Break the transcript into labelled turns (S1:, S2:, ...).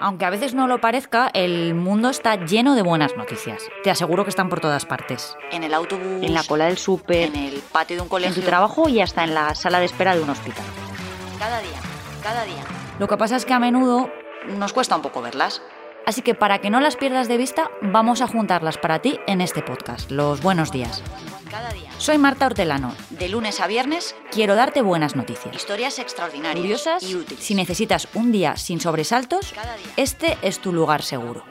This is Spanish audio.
S1: Aunque a veces no lo parezca, el mundo está lleno de buenas noticias. Te aseguro que están por todas partes. En el autobús,
S2: En la cola del súper,
S1: en el patio de un
S2: en tu
S1: colegio.
S2: trabajo y hasta en la sala de espera de un hospital.
S1: Cada día, cada día. Lo que pasa es que a menudo nos cuesta un poco verlas. Así que para que no las pierdas de vista, vamos a juntarlas para ti en este podcast, Los Buenos Días. Cada día. Soy Marta Hortelano. De lunes a viernes, quiero darte buenas noticias. Historias extraordinarias. Curiosas y útiles. Si necesitas un día sin sobresaltos, este es tu lugar seguro.